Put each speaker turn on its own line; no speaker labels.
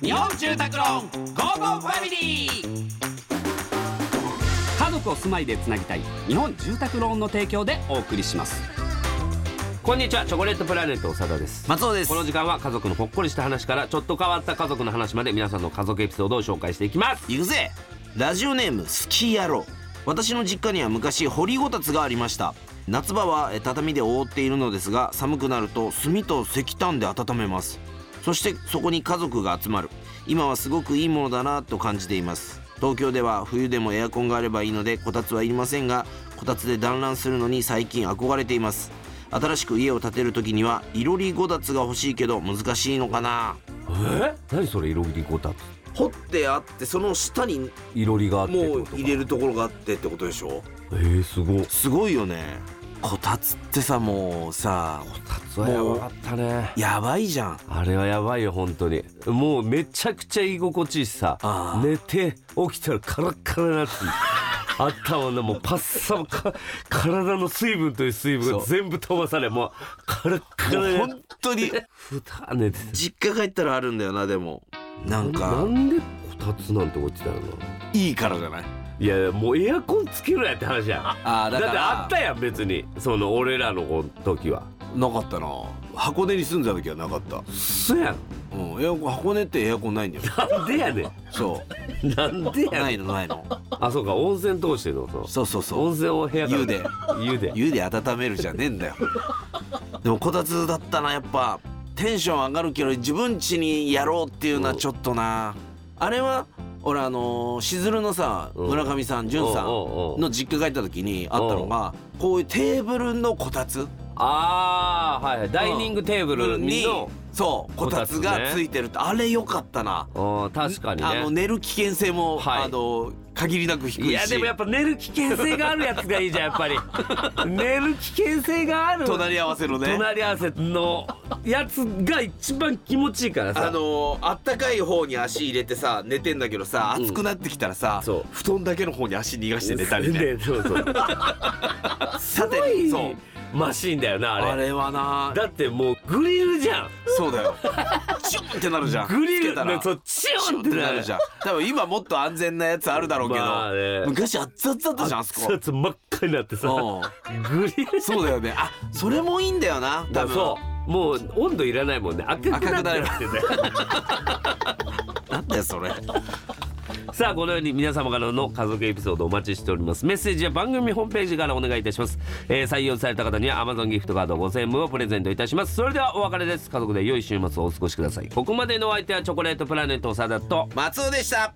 日本住宅ローンゴーゴーファミリー家族を住まいでつなぎたい日本住宅ローンの提供でお送りしますこんにちはチョコレートプラネット長田です
松尾です
この時間は家族のほっこりした話からちょっと変わった家族の話まで皆さんの家族エピソードを紹介していきます
行くぜラジオネームスキー野郎私の実家には昔掘りごたつがありました夏場はえ畳で覆っているのですが寒くなると炭と石炭で温めますそしてそこに家族が集まる今はすごくいいものだなと感じています東京では冬でもエアコンがあればいいのでこたつはいりませんがこたつで団らんするのに最近憧れています新しく家を建てる時にはいろりごたつが欲しいけど難しいのかな
え何それいろりごたつ
掘ってあってその下に
いろりがあって
もう入れるところがあってってことでしょ
えー、すごい
すごいよねこたつってさもうさ
それやばかったね
やばいじゃん
あれはやばいよ本当にもうめちゃくちゃ居心地いいしさ
あー
寝て起きたらカラッカラになってる頭のもうパッサもか体の水分という水分が全部飛ばされもうカラッカ
も
ラ
う
になって
本当に
ふた寝て
実家帰ったらあるんだよなでもなん
な
か
んでこたつなんて置いてたの
いいからじゃない
いやいやもうエアコンつけろやって話やん
あー
だ
だ
っ
から
てあったやん別にその俺らの時は
なかったな箱根に住んでた時はなかった、
そや
うん、エアコン箱根ってエアコンないんだよ
んなんでやね
そ
んなんで
う
や
な
ねん
いのないの
あそうか温泉通してのそう
そうそうそう
温泉を部屋から
湯で
湯で
湯で温めるじゃねえんだよでもこたつだったなやっぱテンション上がるけど自分家にやろうっていうのはちょっとな、あれは俺あのーしずるのさ
うん
村上さん潤さん
おうおうおう
の実家帰った時にあったのがこういうテーブルのこたつ
ああはいはいダイニングテーブルに
に
の
そうこたつ
こたつ
が
ね
ついてるってあれよかったな
うん確かに
あの
ね
寝る危険性も、
はい
あの限りなく低いし
いやでもやっぱ寝る危険性があるやつがいいじゃんやっぱ り寝る危険性がある
隣り合わせのね
隣り合わせのやつが一番気持ちいいから
あ
さ
のーあったかい方に足入れてさ寝てんだけどさ暑くなってきたらさ、
そう
布団だけの方に足逃がして寝たりね
ねそうそう
さ
すごい
そう
マシンだよなあれ
あれはな
だってもうグリルじゃん
そうだよチュンってなるじゃん
グリ
つけ
ル
た
だ
らチ
そうチュン
ュン
っ
ってて
な
な
る
る
じ
じ
ゃん
ゃん多分今もっと安全なやつあるだろうけど、
まあね
昔熱々だったじゃんあそこ
熱々真っ赤になってさグリル
うんそうだよねあそれもいいんだよな多分
そうもう温度いらないもんね赤くなってるってね
なんだよそれ
さあこのように皆様からの家族エピソードお待ちしておりますメッセージは番組ホームページからお願いいたします、えー採用された方には Amazon ギフトカード5000円分をプレゼントいたしますそれではお別れです家族で良い週末をお過ごしくださいここまでのお相手はチョコレートプラネット長田と
松尾でした